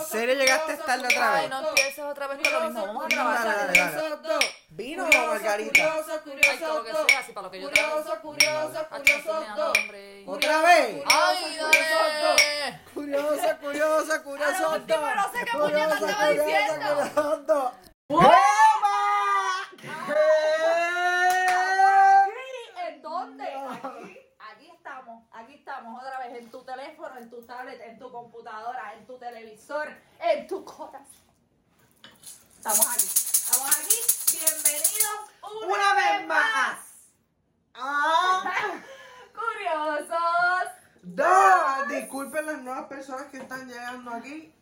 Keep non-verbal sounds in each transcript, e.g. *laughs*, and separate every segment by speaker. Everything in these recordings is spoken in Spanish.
Speaker 1: serio llegaste a estarlo otra
Speaker 2: Ay,
Speaker 1: vez?
Speaker 2: no empieces otra vez con lo mismo. Vamos a trabajar.
Speaker 1: Dale, dale, dale. ¿Vino o margarita?
Speaker 2: Ay, con lo que sea, así para lo que yo trabajo.
Speaker 3: Curioso, curioso,
Speaker 2: Ay,
Speaker 3: curioso,
Speaker 2: me da hambre.
Speaker 3: dos.
Speaker 1: ¿Otra vez?
Speaker 2: Ay, dale.
Speaker 1: Curiosa, curiosa,
Speaker 3: *laughs*
Speaker 1: curiosa.
Speaker 3: A lo último Ah, no sé qué puñeta estaba diciendo.
Speaker 1: diciendo.
Speaker 3: ¿En dónde? Aquí, aquí estamos, aquí estamos otra vez, en tu teléfono, en tu tablet, en tu computadora, en tu televisor, en tu corazón. Estamos aquí, estamos aquí. Bienvenidos una,
Speaker 1: Una vez más. Ah,
Speaker 3: Curiosos.
Speaker 1: dos. Disculpen las nuevas personas que están llegando aquí.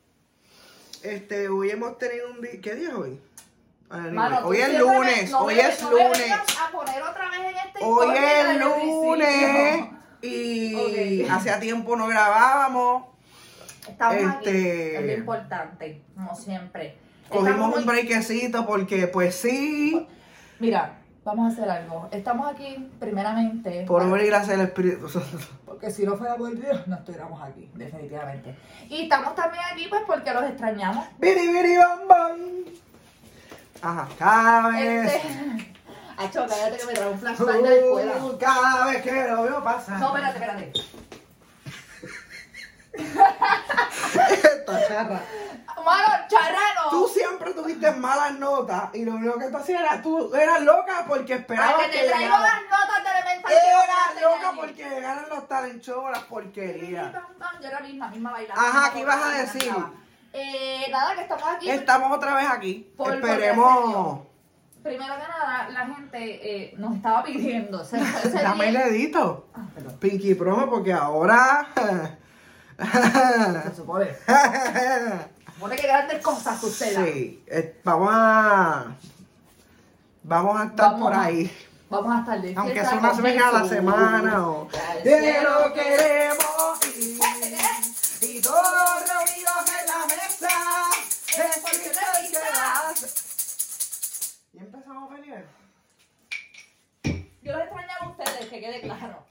Speaker 1: Este, hoy hemos tenido un día. ¿Qué día es hoy? Anyway,
Speaker 3: Mano, tú
Speaker 1: hoy es
Speaker 3: siempre me-
Speaker 1: lunes,
Speaker 3: no
Speaker 1: hoy
Speaker 3: me-
Speaker 1: es
Speaker 3: no me
Speaker 1: lunes.
Speaker 3: vengas a poner otra vez en este
Speaker 1: Hoy
Speaker 3: historia
Speaker 1: es
Speaker 3: del
Speaker 1: lunes
Speaker 3: principio.
Speaker 1: y
Speaker 3: Ok.
Speaker 1: hacía tiempo no grabábamos.
Speaker 3: Estamos
Speaker 1: Este-
Speaker 3: aquí, es lo importante, como siempre. Estamos
Speaker 1: Cogimos
Speaker 3: muy-
Speaker 1: un brequecito porque pues sí,
Speaker 3: Mira, vamos a hacer algo. Estamos aquí primeramente.
Speaker 1: por
Speaker 3: para-
Speaker 1: obra y gracia del Espíritu Santo.
Speaker 3: Porque si no fuera por Dios, no estuviéramos aquí, definitivamente. Y estamos también aquí, pues, porque los extrañamos.
Speaker 1: Biri, biri, bam, bam. Ajá, cada vez. *laughs*
Speaker 3: Este... Acho, cállate que me trae un flashback de la escuela.
Speaker 1: Uh, cada vez que lo veo pasar. *laughs*
Speaker 3: No, espérate, espérate.
Speaker 1: Esta charra.
Speaker 3: Mano, charrano.
Speaker 1: Tú siempre tuviste malas notas y lo único que tú hacías era tú eras loca porque esperabas
Speaker 3: Para que
Speaker 1: que,
Speaker 3: te traigo
Speaker 1: llegaran.
Speaker 3: las notas de elemental.
Speaker 1: Eras loca
Speaker 3: porque
Speaker 1: porque llegaran los talent show, las porquerías.
Speaker 3: Yo era misma, misma bailando.
Speaker 1: Ajá, ¿qué ibas a decir?
Speaker 3: Eh, nada, que estamos aquí.
Speaker 1: Estamos otra vez aquí.
Speaker 3: Por-
Speaker 1: Esperemos.
Speaker 3: Primero que nada, la gente eh, nos estaba
Speaker 1: *laughs*
Speaker 3: pidiendo. Se, se- se-
Speaker 1: Dame el dedito.
Speaker 3: Ah, perdón.
Speaker 1: Pinky Promo, porque *laughs* ahora.
Speaker 3: Se supone. Se supone que grandes cosas sucedan.
Speaker 1: sí, eh, vamos a. Vamos a estar
Speaker 3: Vamos
Speaker 1: por
Speaker 3: a-
Speaker 1: ahí.
Speaker 3: Vamos a estar de
Speaker 1: Aunque
Speaker 3: fiesta
Speaker 1: sea unas
Speaker 3: con
Speaker 1: veces a la
Speaker 3: Jesús.
Speaker 1: semana o.
Speaker 3: Al
Speaker 1: De lo
Speaker 3: cielo que-
Speaker 1: queremos ir. Y todos reunidos en la mesa. Es porque el que la hace. Y empezamos a pelear.
Speaker 3: Yo los extrañaba a ustedes, que quede claro.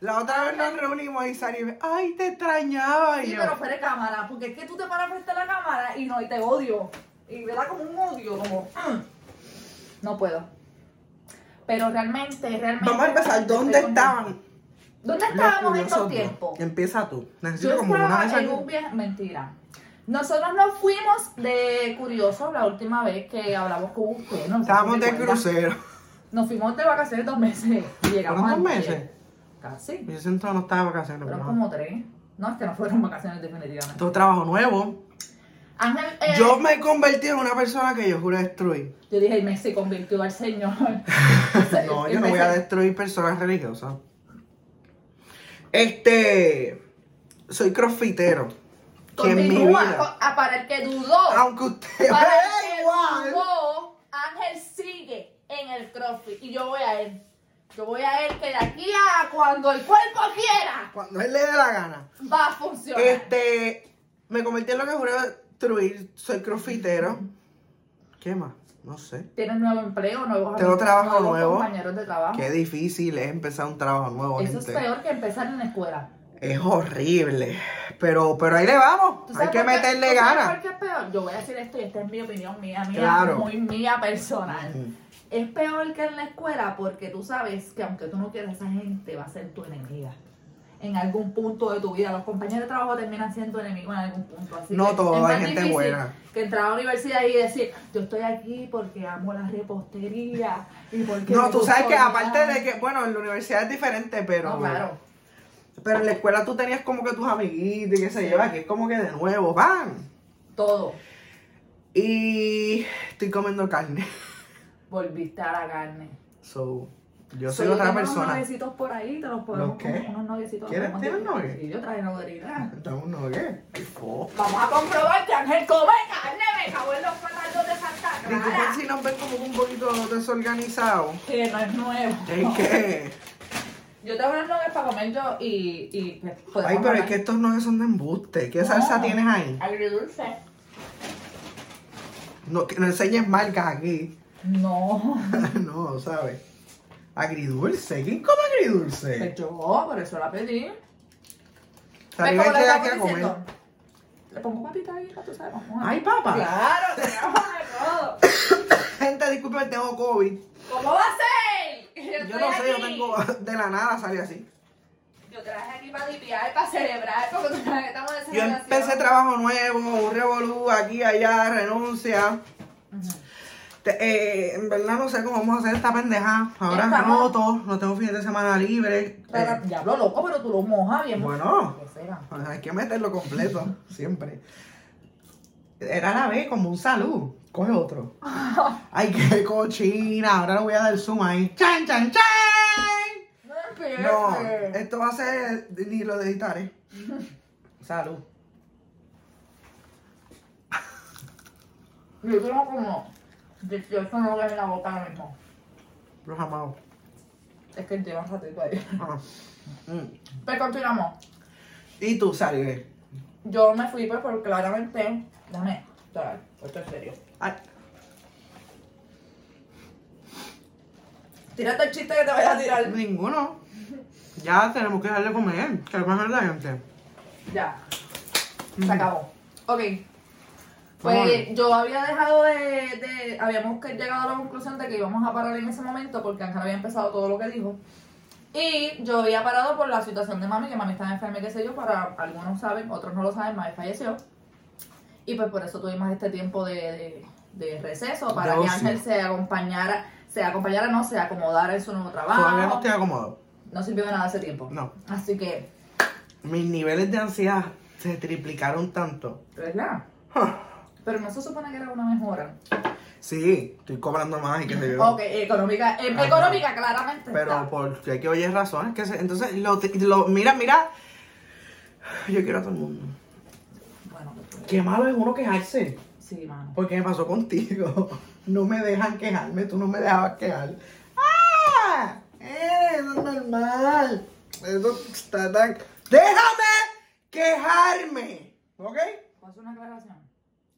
Speaker 1: La otra vez nos reunimos y salimos. ¡Ay, te extrañaba! Y
Speaker 3: Sí,
Speaker 1: yo.
Speaker 3: pero fuera de cámara, porque es que tú te paras frente a la cámara y no, y te odio. Y me da como un odio, como. *clears throat* "Mm". No puedo. Pero realmente, realmente.
Speaker 1: Vamos a empezar. ¿Dónde
Speaker 3: estoy
Speaker 1: estaban?
Speaker 3: contenta. ¿Dónde
Speaker 1: Los
Speaker 3: estábamos en estos
Speaker 1: curiosos,
Speaker 3: tiempos?
Speaker 1: no. Empieza tú.
Speaker 3: Yo
Speaker 1: Necesito como una de
Speaker 3: estaba en un
Speaker 1: esas.
Speaker 3: viaje. Mentira. Nosotros nos fuimos de curiosos la última vez que hablamos con usted. ¿no?
Speaker 1: Estábamos
Speaker 3: ¿Se
Speaker 1: de
Speaker 3: acuerda?
Speaker 1: crucero.
Speaker 3: Nos fuimos de vacaciones dos meses. Y llegamos
Speaker 1: ¿Fueron dos
Speaker 3: antes.
Speaker 1: meses?
Speaker 3: Casi.
Speaker 1: Yo siento que no estaba de vacaciones.
Speaker 3: Fueron
Speaker 1: pero
Speaker 3: como tres. No, es que no fueron vacaciones definitivamente.
Speaker 1: Todo trabajo nuevo.
Speaker 3: Ángel, eh,
Speaker 1: Yo me convertí en una persona que yo juro destruir.
Speaker 3: yo dije, me se convirtió al Señor.
Speaker 1: *laughs* No, yo no voy a destruir personas religiosas. Este. Soy crossfitero. Que en mi
Speaker 3: Continúa,
Speaker 1: vida.
Speaker 3: co- ah, para el que dudó.
Speaker 1: Aunque usted
Speaker 3: para
Speaker 1: vea
Speaker 3: el que
Speaker 1: igual.
Speaker 3: dudó, Ángel sigue en el crossfit y yo voy a él. Yo voy a él que de aquí a cuando el cuerpo quiera
Speaker 1: Cuando él le dé la gana.
Speaker 3: va a funcionar.
Speaker 1: Este, me convertí en lo que juré destruir. Soy crossfitero. ¿Qué más? No sé.
Speaker 3: Tienes nuevo empleo, nuevos
Speaker 1: Tengo
Speaker 3: amigos,
Speaker 1: trabajo
Speaker 3: nuevos
Speaker 1: nuevo.
Speaker 3: compañeros de trabajo.
Speaker 1: Qué difícil es empezar un trabajo nuevo,
Speaker 3: Eso es
Speaker 1: gente.
Speaker 3: peor que empezar en la escuela.
Speaker 1: Es horrible. Pero, pero ahí le vamos.
Speaker 3: ¿Tú
Speaker 1: Hay
Speaker 3: sabes
Speaker 1: que
Speaker 3: por qué-
Speaker 1: meterle
Speaker 3: tú sabes
Speaker 1: ganas.
Speaker 3: por qué es peor? Yo voy a decir esto y esta es mi opinión mía, mía
Speaker 1: Claro.
Speaker 3: muy mía personal.
Speaker 1: Ujú.
Speaker 3: Es peor que en la escuela porque tú sabes que aunque tú no quieras, esa gente va a ser tu enemiga. En algún punto de tu vida, los compañeros de trabajo terminan siendo enemigos en algún punto. Así
Speaker 1: No
Speaker 3: que
Speaker 1: todo,
Speaker 3: es más
Speaker 1: hay gente
Speaker 3: difícil
Speaker 1: buena.
Speaker 3: Que entrar a la universidad y decir, yo estoy aquí porque amo la repostería y porque.
Speaker 1: No,
Speaker 3: me
Speaker 1: tú sabes
Speaker 3: gusta
Speaker 1: que
Speaker 3: orar".
Speaker 1: aparte de que, bueno, en la universidad es diferente, pero.
Speaker 3: No, claro.
Speaker 1: Pero en la escuela tú tenías como que tus amiguitos y qué se lleva, que es como que de nuevo, van.
Speaker 3: Todo.
Speaker 1: Y estoy comiendo carne. *laughs*
Speaker 3: Volviste a la carne.
Speaker 1: So, yo soy
Speaker 3: Solo
Speaker 1: otra
Speaker 3: tengo Unos
Speaker 1: persona.
Speaker 3: noviecitos por ahí, te los podemos
Speaker 1: ¿Los qué?
Speaker 3: comer, unos noviecitos.
Speaker 1: ¿Quieres?
Speaker 3: Vamos a-
Speaker 1: ¿Tienes novio?
Speaker 3: Sí, yo traje novedad.
Speaker 1: Estamos no, ¿qué? Qué fo-
Speaker 3: Vamos a comprobar que Ángel come carne, me cago en los patatos de Santa
Speaker 1: Disculpen
Speaker 3: Clara.
Speaker 1: si nos ven como un poquito desorganizados.
Speaker 3: Que no es nuevo.
Speaker 1: Es que.
Speaker 3: Yo tengo unos novios para comer yo y... y pues, podemos
Speaker 1: Ay, pero es
Speaker 3: hablar.
Speaker 1: que estos no son de embuste. ¿Qué
Speaker 3: No.
Speaker 1: salsa tienes ahí?
Speaker 3: Agridulce.
Speaker 1: No, que no enseñes marcas aquí. *laughs*
Speaker 3: No.
Speaker 1: no, ¿sabes? Agridulce. ¿Quién come agridulce?
Speaker 3: Pues yo, por eso la pedí.
Speaker 1: Salí
Speaker 3: Pues, como
Speaker 1: gente
Speaker 3: le
Speaker 1: de
Speaker 3: estamos
Speaker 1: aquí a comer.
Speaker 3: diciendo, Le pongo papita ahí, tú sabes, vamos a-
Speaker 1: ¡Ay, papá!
Speaker 3: Claro, tenemos de todo.
Speaker 1: Gente, disculpen, tengo COVID.
Speaker 3: ¿Cómo va a ser?
Speaker 1: Yo
Speaker 3: estoy
Speaker 1: no sé, yo
Speaker 3: aquí.
Speaker 1: tengo. *laughs* De la nada salió así.
Speaker 3: Yo traje aquí para dipiar, para celebrar, porque tú sabes que estamos de
Speaker 1: Yo
Speaker 3: celebración.
Speaker 1: empecé trabajo nuevo, un revolú, aquí, allá, renuncia. Te- eh, en verdad no sé cómo vamos a hacer esta pendeja. Ahora
Speaker 3: Estamos-
Speaker 1: roto, no tengo fines de semana libre. Eh,
Speaker 3: Pero, Diablo loco, pero tú lo mojas bien.
Speaker 1: bueno,
Speaker 3: Que será.
Speaker 1: hay que meterlo completo, *laughs* siempre. Era la B como un salud. Coge
Speaker 3: *laughs*
Speaker 1: otro. Ay, qué cochina. Ahora le voy a dar zoom ahí. ¡Chan, chan, chan!
Speaker 3: No empieces.
Speaker 1: No, esto va a ser ni lo de editar,
Speaker 3: *laughs*
Speaker 1: ¿eh? Salud.
Speaker 3: Yo tengo como 18 nuggets en la boca ahora mismo.
Speaker 1: Los amados.
Speaker 3: Es que llevan ratito ahí.
Speaker 1: Ah. Mm.
Speaker 3: Pero Pues continuamos.
Speaker 1: Y tú, Saribé.
Speaker 3: Yo me fui pues porque claramente. Dame, dale, esto es serio.
Speaker 1: Ay,
Speaker 3: Tírate el chiste que te voy a tirar.
Speaker 1: ninguno. Ya tenemos que dejarle comer. Que lo mejor la gente.
Speaker 3: Ya.
Speaker 1: Mm.
Speaker 3: Se acabó. Ok.
Speaker 1: Vamos a
Speaker 3: Pues
Speaker 1: ver.
Speaker 3: yo había dejado de, de- Habíamos que- llegado a la conclusión de que íbamos a parar en ese momento porque Ángel había empezado todo lo que dijo. Y yo había parado por la situación de mami, que mami estaba enferma y qué sé yo, para algunos saben, otros no lo saben, mami falleció. Y pues por eso tuvimos este tiempo de, de- de receso para
Speaker 1: De
Speaker 3: que
Speaker 1: ocio.
Speaker 3: Ángel se acompañara, se acompañara, no, se acomodara en su nuevo
Speaker 1: Todavía no
Speaker 3: trabajo.
Speaker 1: estoy acomodado.
Speaker 3: No sirvió de nada ese tiempo.
Speaker 1: No.
Speaker 3: Así que,
Speaker 1: Mis niveles de ansiedad se triplicaron tanto.
Speaker 3: pues nada. Pero no se supone que era una mejora.
Speaker 1: Sí, estoy cobrando más y qué sé yo.
Speaker 3: Ok, económica, em,
Speaker 1: Ajá.
Speaker 3: económica claramente.
Speaker 1: Pero
Speaker 3: está.
Speaker 1: porque hay que oír razones. Que se- entonces, lo, lo- mira, mira. Yo quiero a todo el mundo.
Speaker 3: Bueno, pues,
Speaker 1: Qué malo es uno quejarse.
Speaker 3: sí, mano.
Speaker 1: Porque me pasó contigo. *laughs* No me dejan quejarme, tú no me dejabas quejar. ¡Ah! Eh, eso es normal. Eso está tan. ¡Déjame quejarme! ¿Ok?
Speaker 3: Voy a hacer una aclaración.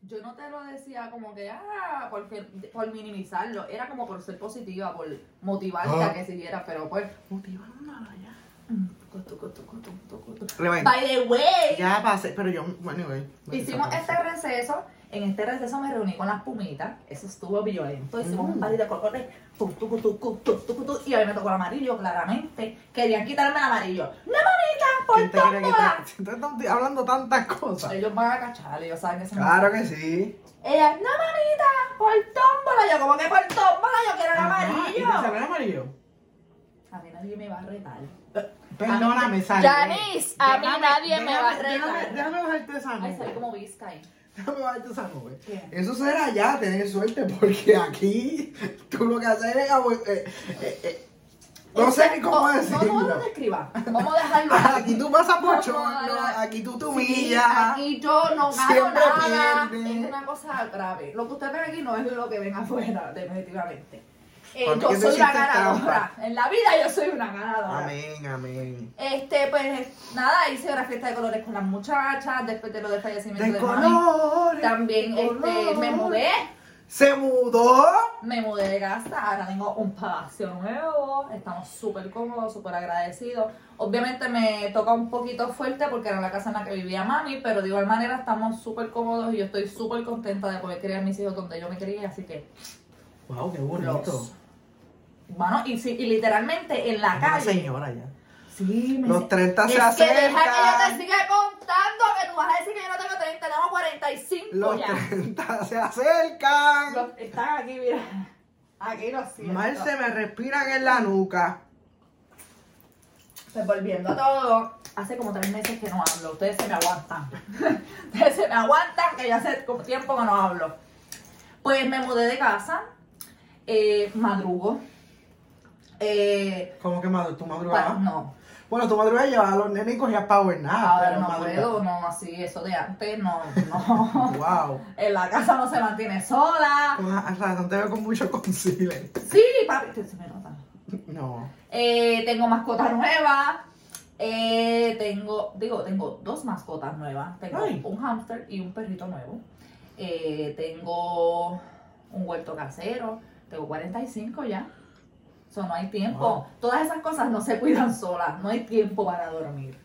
Speaker 3: Yo no te lo decía como que, ah, porque, por minimizarlo. Era como por ser positiva, por motivarte
Speaker 1: Ah.
Speaker 3: a que siguiera, pero pues.
Speaker 1: Motivándola ya.
Speaker 3: mm, cutu, cutu, cutu, cutu, cutu.
Speaker 1: Reven-
Speaker 3: By the way,
Speaker 1: Ya pasé, pero yo. Bueno, anyway, me
Speaker 3: hicimos
Speaker 1: desaparecí.
Speaker 3: este receso. En este receso me reuní con las pumitas. Eso estuvo violento. Hicimos un par de colores. tu, tu, tu, tu, tu, tu, tu, tu, Y a mí me tocó el amarillo, claramente. Querían quitarme el amarillo. ¡No,
Speaker 1: ¿Quién
Speaker 3: mamita!
Speaker 1: te
Speaker 3: ¡Por
Speaker 1: quiere
Speaker 3: tómbola!
Speaker 1: *laughs* quitar? Estoy hablando tantas cosas.
Speaker 3: Ellos van a cachar, ellos saben que se
Speaker 1: Claro que sí.
Speaker 3: Ella, no mamita, por tómbola. Yo, como que por tómbola, yo quiero el
Speaker 1: Ajá, ¿y te
Speaker 3: amarillo.
Speaker 1: salió el amarillo?
Speaker 2: Ah,
Speaker 3: A mí nadie me va a retar.
Speaker 1: Perdóname, Sally.
Speaker 2: Janice, a mí
Speaker 1: Déjame-
Speaker 2: nadie me
Speaker 1: déjame-
Speaker 2: va a
Speaker 1: déjame-
Speaker 2: retar.
Speaker 1: Déjame bajarte esa
Speaker 3: Ay,
Speaker 1: nube.
Speaker 3: salí como visca ahí.
Speaker 1: Déjame bajarte esa nube.
Speaker 3: ¿Qué?
Speaker 1: Eso será ya tener suerte, porque aquí tú lo que haces es. abue- eh, eh, eh, no sé ni cómo
Speaker 3: Vamos
Speaker 1: decirlo.
Speaker 3: Este, No lo describa. Vamos a
Speaker 1: *laughs*
Speaker 3: dejarlo
Speaker 1: Aquí tú pasas por
Speaker 3: Vamos a
Speaker 1: chorro,
Speaker 3: dejar-
Speaker 1: aquí tú te
Speaker 3: Sí,
Speaker 1: humillas.
Speaker 3: aquí yo no gano
Speaker 1: Siempre
Speaker 3: nada.
Speaker 1: pierde.
Speaker 3: Es una cosa grave. Lo que ustedes ven aquí no es lo que ven afuera, definitivamente. Eh,
Speaker 1: Para mí
Speaker 3: yo
Speaker 1: que te
Speaker 3: soy una
Speaker 1: hiciste
Speaker 3: ganadora.
Speaker 1: trampa.
Speaker 3: En la vida yo soy una ganadora.
Speaker 1: Amén, amén.
Speaker 3: Este, pues nada, hice una fiesta de colores con las muchachas después de lo del fallecimiento
Speaker 1: De
Speaker 3: de, mami.
Speaker 1: colores.
Speaker 3: También
Speaker 1: de
Speaker 3: este, me
Speaker 1: colores.
Speaker 3: mudé,
Speaker 1: Se mudó.
Speaker 3: me mudé de casa, ahora tengo un palacio nuevo, estamos súper cómodos, súper agradecidos. Obviamente me toca un poquito fuerte porque era la casa en la que vivía mami, pero de igual manera estamos súper cómodos y yo estoy súper contenta de poder criar a mis hijos donde yo me crié, así que
Speaker 1: Wow, qué
Speaker 3: los... Bueno, y, sí, y literalmente en la
Speaker 1: Una
Speaker 3: calle...
Speaker 1: señora ya.
Speaker 3: Sí, me
Speaker 1: Los 30 se
Speaker 3: es que deja que yo
Speaker 1: acercan.
Speaker 3: te siga contando que tú vas a decir que yo no tengo 30, tengo 45
Speaker 1: Los
Speaker 3: ya.
Speaker 1: 30 se acercan.
Speaker 3: Los- están aquí, mira. Aquí los siento.
Speaker 1: Mal se me respiran en la nuca.
Speaker 3: Pues volviendo a todo, hace como tres meses que no hablo. Ustedes se me aguantan. *laughs* Ustedes se me aguantan que ya hace como tiempo que no hablo. Pues me mudé de casa, eh, madrugo. Eh,
Speaker 1: ¿Cómo que madru- tú
Speaker 3: pa-
Speaker 1: madrugabas?
Speaker 3: no,
Speaker 1: Bueno, tu madrugada llevaba a los nenes y cogías power nada.
Speaker 3: ahora no puedo, no, así, eso de antes, no, no. *laughs*
Speaker 1: Wow.
Speaker 3: En la casa no se mantiene sola.
Speaker 1: razón te veo con mucho concealer.
Speaker 3: Sí, papi, se me nota.
Speaker 1: No.
Speaker 3: Eh, tengo mascota nueva. Eh, tengo, digo, tengo dos mascotas nuevas. Tengo
Speaker 1: Ay.
Speaker 3: un hámster y un perrito nuevo. Eh, tengo un huerto casero. Tengo 45 ya. O sea, no hay tiempo.
Speaker 1: Wow.
Speaker 3: Todas esas cosas no se cuidan solas. No hay tiempo para dormir.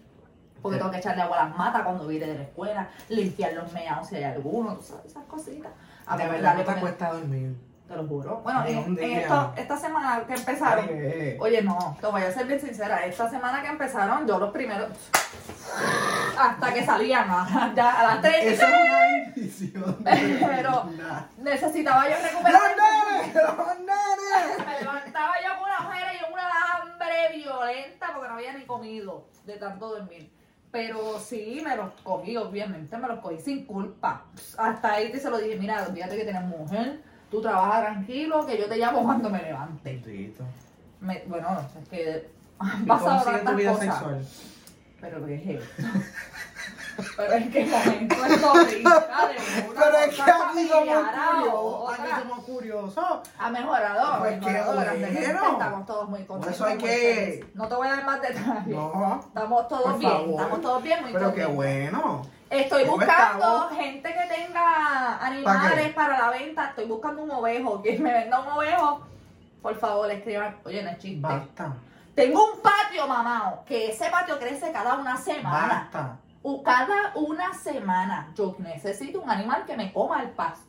Speaker 3: Porque tengo que echarle agua a las matas cuando viene de la escuela, limpiar los meados si hay alguno, tú sabes, esas cositas. A
Speaker 1: de
Speaker 3: ver,
Speaker 1: verdad no
Speaker 3: dale,
Speaker 1: te
Speaker 3: porque-
Speaker 1: cuesta dormir.
Speaker 3: te lo juro. Bueno,
Speaker 1: Ni
Speaker 3: en,
Speaker 1: un
Speaker 3: en
Speaker 1: día.
Speaker 3: esto- esta semana
Speaker 1: Ah,
Speaker 3: que empezaron,
Speaker 1: Eh.
Speaker 3: oye, no, te voy a ser bien sincera, esta semana que empezaron, yo los primeros, hasta que salían a, ya a las 3,
Speaker 1: Eso es una bendición. de
Speaker 3: pero
Speaker 1: verdad.
Speaker 3: *laughs* necesitaba yo
Speaker 1: ¡Los
Speaker 3: recuperar.
Speaker 1: nenes! ¡Los nenes!
Speaker 3: Me levantaba yo con una ojera y una hambre violenta porque no había ni comido de tanto dormir. Pero sí, me los cogí, obviamente, me los cogí sin culpa. Hasta ahí te se lo dije, mira, fíjate que tienes mujer, tú trabajas tranquilo, que yo te llamo cuando me levante.
Speaker 1: Bendito.
Speaker 3: Me- bueno, es que han
Speaker 1: ¿Y
Speaker 3: pasado
Speaker 1: cómo sigue tu
Speaker 3: tantas
Speaker 1: vida
Speaker 3: cosas.
Speaker 1: sexual?
Speaker 3: Pero que es esto. Pero en qué momento esto brinca de
Speaker 1: *laughs*
Speaker 3: una
Speaker 1: Pero es que
Speaker 3: cosa
Speaker 1: aquí
Speaker 3: familiar
Speaker 1: somos
Speaker 3: a
Speaker 1: curiosos.
Speaker 3: otra.
Speaker 1: Aquí somos curiosos.
Speaker 3: Ha mejorado,
Speaker 1: Pues
Speaker 3: ha mejorado
Speaker 1: qué
Speaker 3: grandemente.
Speaker 1: bueno.
Speaker 3: Estamos todos muy contentos.
Speaker 1: eso hay
Speaker 3: muy
Speaker 1: que-
Speaker 3: felices. No te voy a dar más detalles.
Speaker 1: No.
Speaker 3: Estamos todos
Speaker 1: Por
Speaker 3: bien,
Speaker 1: favor.
Speaker 3: estamos todos bien, muy
Speaker 1: Pero qué
Speaker 3: contentos.
Speaker 1: bueno.
Speaker 3: Estoy
Speaker 1: ¿Cómo
Speaker 3: buscando
Speaker 1: estamos?
Speaker 3: gente que tenga
Speaker 1: ¿Para
Speaker 3: animales
Speaker 1: qué?
Speaker 3: para la venta. Estoy buscando un ovejo. *laughs* Quien me venda un ovejo, por favor, escriban. Oye, no es chiste.
Speaker 1: Basta.
Speaker 3: Tengo un patio, mamá, que ese patio crece cada una semana.
Speaker 1: Basta.
Speaker 3: O cada una semana. Yo necesito un animal que me coma el pasto.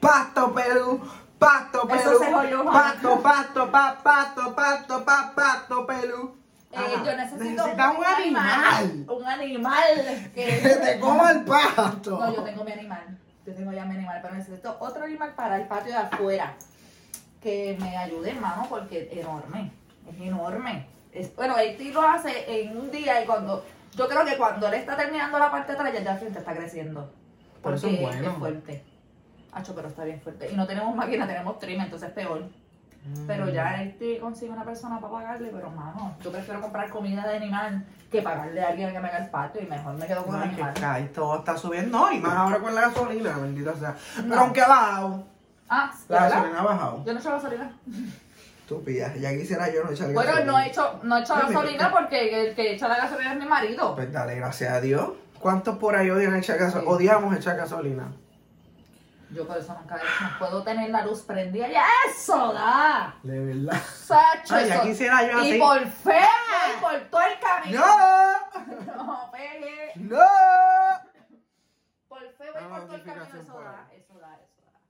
Speaker 1: Pasto Perú, pasto
Speaker 3: Eso
Speaker 1: Perú,
Speaker 3: se oyó mal.
Speaker 1: pasto, pasto, pa, pasto, pasto, pa, pasto Perú.
Speaker 3: Eh,
Speaker 1: Ajá.
Speaker 3: yo necesito
Speaker 1: Necesitas un animal
Speaker 3: *laughs* Un animal
Speaker 1: *laughs* que te coma el pasto.
Speaker 3: No, yo tengo mi animal. Yo tengo ya mi animal, pero necesito otro animal para el patio de afuera. Que me ayude, hermano, porque es enorme. Es enorme. Es- bueno, el lo hace en un día y cuando. Yo creo que cuando él está terminando la parte de atrás, ya el de al frente está creciendo.
Speaker 1: Por eso es
Speaker 3: Porque
Speaker 1: bueno.
Speaker 3: es fuerte. Hacho, pero está bien fuerte. Y no tenemos máquina, tenemos trim, entonces es peor. Pero ya este consigue una persona para pagarle, pero mano, yo prefiero comprar comida de animal que pagarle a alguien que me haga el patio y mejor me quedo con el
Speaker 1: Ay, que
Speaker 3: animal.
Speaker 1: cae, todo está subiendo no, y más ahora con la gasolina, bendito sea.
Speaker 3: No.
Speaker 1: Pero aunque ha bajado,
Speaker 3: Ah, sí,
Speaker 1: la
Speaker 3: ¿verdad?
Speaker 1: gasolina ha bajado.
Speaker 3: Yo no he hecho gasolina.
Speaker 1: Estúpida, ya quisiera yo no echar
Speaker 3: Bueno,
Speaker 1: gasolina.
Speaker 3: no he hecho, no he hecho
Speaker 1: Yo me-
Speaker 3: gasolina porque el que echa la gasolina es mi marido.
Speaker 1: Pues dale, gracias a Dios. ¿Cuántos por ahí odian echar gasolina?
Speaker 3: Sí.
Speaker 1: Odiamos echar gasolina.
Speaker 3: Yo por eso nunca he hecho. No puedo tener la luz prendida. ¡Ya eso da!
Speaker 1: De verdad.
Speaker 3: ¡Sacho!
Speaker 1: Ay, ya
Speaker 3: eso-
Speaker 1: quisiera yo
Speaker 3: Y
Speaker 1: así. Ah.
Speaker 3: por feo y por todo el camino.
Speaker 1: ¡No!
Speaker 3: No, pegue.
Speaker 1: ¡No!
Speaker 3: Por feo y
Speaker 1: Ah,
Speaker 3: por todo el camino.
Speaker 1: notificación
Speaker 3: Eso
Speaker 1: por
Speaker 3: da, eso da, eso da.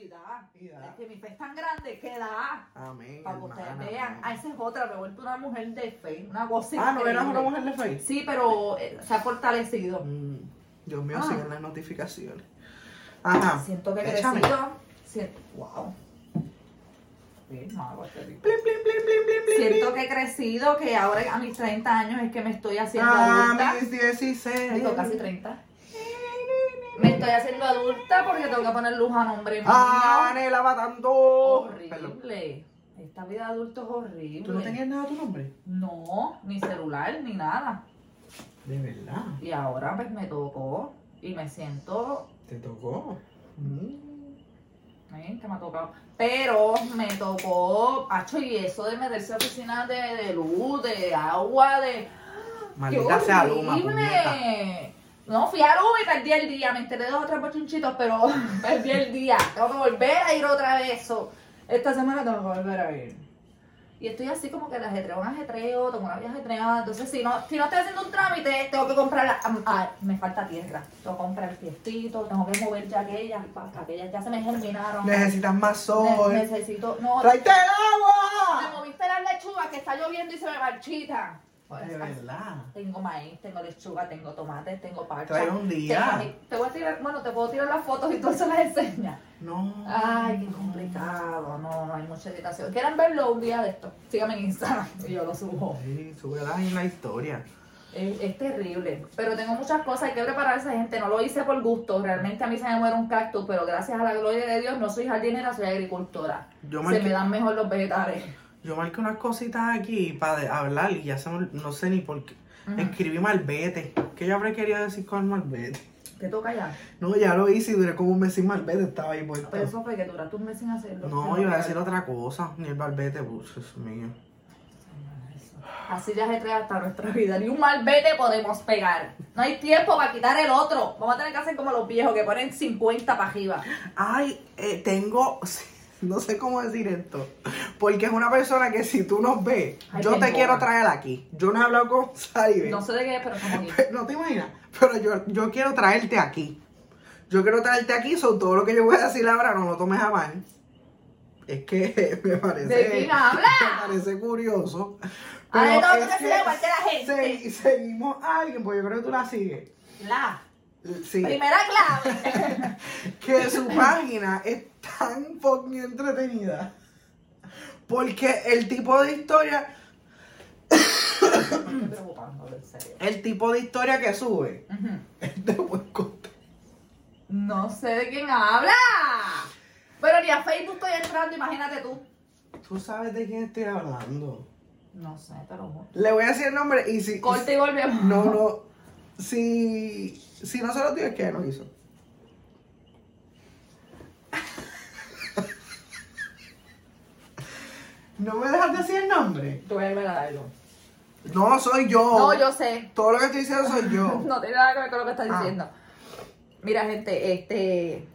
Speaker 3: Y da.
Speaker 1: Y da.
Speaker 3: Es que mi fe es tan grande que da.
Speaker 1: Amén.
Speaker 3: Para que ustedes
Speaker 1: hermana,
Speaker 3: vean.
Speaker 1: amén.
Speaker 3: Ah, esa es otra. Me he vuelto una mujer de fe. Una voz
Speaker 1: Ah, ¿no eras una
Speaker 3: increíble.
Speaker 1: mujer de Facebook?
Speaker 3: Sí, pero eh, se ha fortalecido.
Speaker 1: Mm, Dios mío,
Speaker 3: Ah.
Speaker 1: siguen las notificaciones. Ajá.
Speaker 3: Siento que he
Speaker 1: Ah, Échame.
Speaker 3: crecido. Siento, wow. Bien malo este tipo.
Speaker 1: Plim, plim, plim, plim, plim, plim,
Speaker 3: Siento que he crecido, que ahora a mis 30 años es que me estoy
Speaker 1: plim.
Speaker 3: haciendo
Speaker 1: Ah,
Speaker 3: adulta.
Speaker 1: mis 16.
Speaker 3: Digo, casi 30. Me estoy haciendo adulta porque tengo que poner luz a nombre mío.
Speaker 1: Ah, Anela va tanto. Perdón.
Speaker 3: horrible. Esta vida de adulto es horrible.
Speaker 1: ¿Tú no tenías nada a tu nombre?
Speaker 3: No, ni celular, ni nada.
Speaker 1: De verdad.
Speaker 3: Y ahora pues me tocó y me siento
Speaker 1: Te tocó. Mm.
Speaker 3: Ven, que me ha tocado. Pero me tocó, hacho, y eso de meterse a oficinas de, de luz, de agua, de.
Speaker 1: Maldita sea Luma, puñeta.
Speaker 3: horrible! No, fui a Luma y perdí el día. Me enteré de dos o tres bochinchitos, pero *laughs* perdí el día. Tengo que volver a ir otra vez. so, esta semana tengo que volver a ir. Y estoy así como que de ajetreo en ajetreo, tengo una vida ajetreada. Entonces, si no, si no estoy haciendo un trámite, tengo que comprar. la- am- ah, me falta tierra. Tengo que comprar fiestito, tengo que mover ya aquellas, pa- aquellas ya se me germinaron.
Speaker 1: Necesitas más sol.
Speaker 3: Ne- necesito. No,
Speaker 1: ¡Tráete el
Speaker 3: me
Speaker 1: agua!
Speaker 3: moviste las lechugas que está lloviendo y se me marchita.
Speaker 1: De verdad.
Speaker 3: Tengo maíz, tengo lechuga, tengo tomate, tengo parcha.
Speaker 1: Trae un día.
Speaker 3: Tengo ají. Te voy a tirar, bueno, te puedo tirar las fotos y todo eso las enseñas.
Speaker 1: No.
Speaker 3: Ay, qué complicado, no, no hay mucha dedicación. ¿Quieren verlo un día de esto? Síganme en Instagram *laughs* y yo lo subo.
Speaker 1: Sí, súbela en la historia.
Speaker 3: Es, es terrible, pero tengo muchas cosas, hay que prepararse, gente. No lo hice por gusto, realmente a mí se me muere un cactus, pero gracias a la gloria de Dios no soy jardinera, soy agricultora.
Speaker 1: Yo
Speaker 3: se
Speaker 1: marqué-
Speaker 3: me dan mejor los vegetales.
Speaker 1: Yo marqué unas cositas aquí para hablar y ya se me- no sé ni por qué. Escribí malvete. ¿Qué yo habré querido decir con malvete?
Speaker 3: Te toca ya.
Speaker 1: No, ya lo hice y duré como un mes sin malvete. Estaba ahí puesto.
Speaker 3: Pero eso fue que duraste un mes sin hacerlo.
Speaker 1: No, yo iba a decir otra cosa. Ni el malvete, pues, Dios mío.
Speaker 3: Así ya se crea hasta nuestra vida. Ni un malvete podemos pegar. No hay tiempo para quitar el otro. Vamos a tener que hacer como los viejos que ponen 50 para arriba.
Speaker 1: Ay, eh, tengo... *laughs* No sé cómo decir esto. Porque es una persona que si tú nos ves,
Speaker 3: Ay,
Speaker 1: yo
Speaker 3: qué
Speaker 1: te
Speaker 3: boba.
Speaker 1: quiero traer aquí. Yo no he hablado con Saribe.
Speaker 3: No sé de qué es, pero estamos aquí.
Speaker 1: *laughs* No te imaginas, pero yo, yo quiero traerte aquí. Yo quiero traerte aquí, sobre todo lo que yo voy a decir ahora, no lo tomes a mal. Es que *laughs* me parece.
Speaker 3: ¿De quién habla?
Speaker 1: Me parece curioso.
Speaker 3: A ver, no,
Speaker 1: es
Speaker 3: tú te sigues igual que la
Speaker 1: se-
Speaker 3: gente.
Speaker 1: seguimos a alguien, pues yo creo que tú la sigues.
Speaker 3: La
Speaker 1: Sí.
Speaker 3: primera clave.
Speaker 1: Que
Speaker 3: *laughs*
Speaker 1: su página es tan fucking entretenida. Porque el tipo de historia,
Speaker 3: Me estoy preocupando, en serio.
Speaker 1: el tipo de historia que sube, *laughs*
Speaker 3: Ujú.
Speaker 1: es de buen contenido.
Speaker 3: No sé de quién habla. Pero ni a Facebook estoy entrando, imagínate tú.
Speaker 1: Tú sabes de quién estoy hablando.
Speaker 3: No sé, te lo juro.
Speaker 1: Le voy a decir el nombre y si.
Speaker 3: Corte y volvemos.
Speaker 1: No, no. Si, si no se lo digo, es que no hizo. ¿No me dejas decir el nombre?
Speaker 3: Tú eres verdadero.
Speaker 1: No, soy yo.
Speaker 3: No, yo sé.
Speaker 1: Todo lo que estoy diciendo soy yo.
Speaker 3: *laughs* No tiene nada que ver con lo que estás
Speaker 1: Ah.
Speaker 3: diciendo. Mira, gente, este.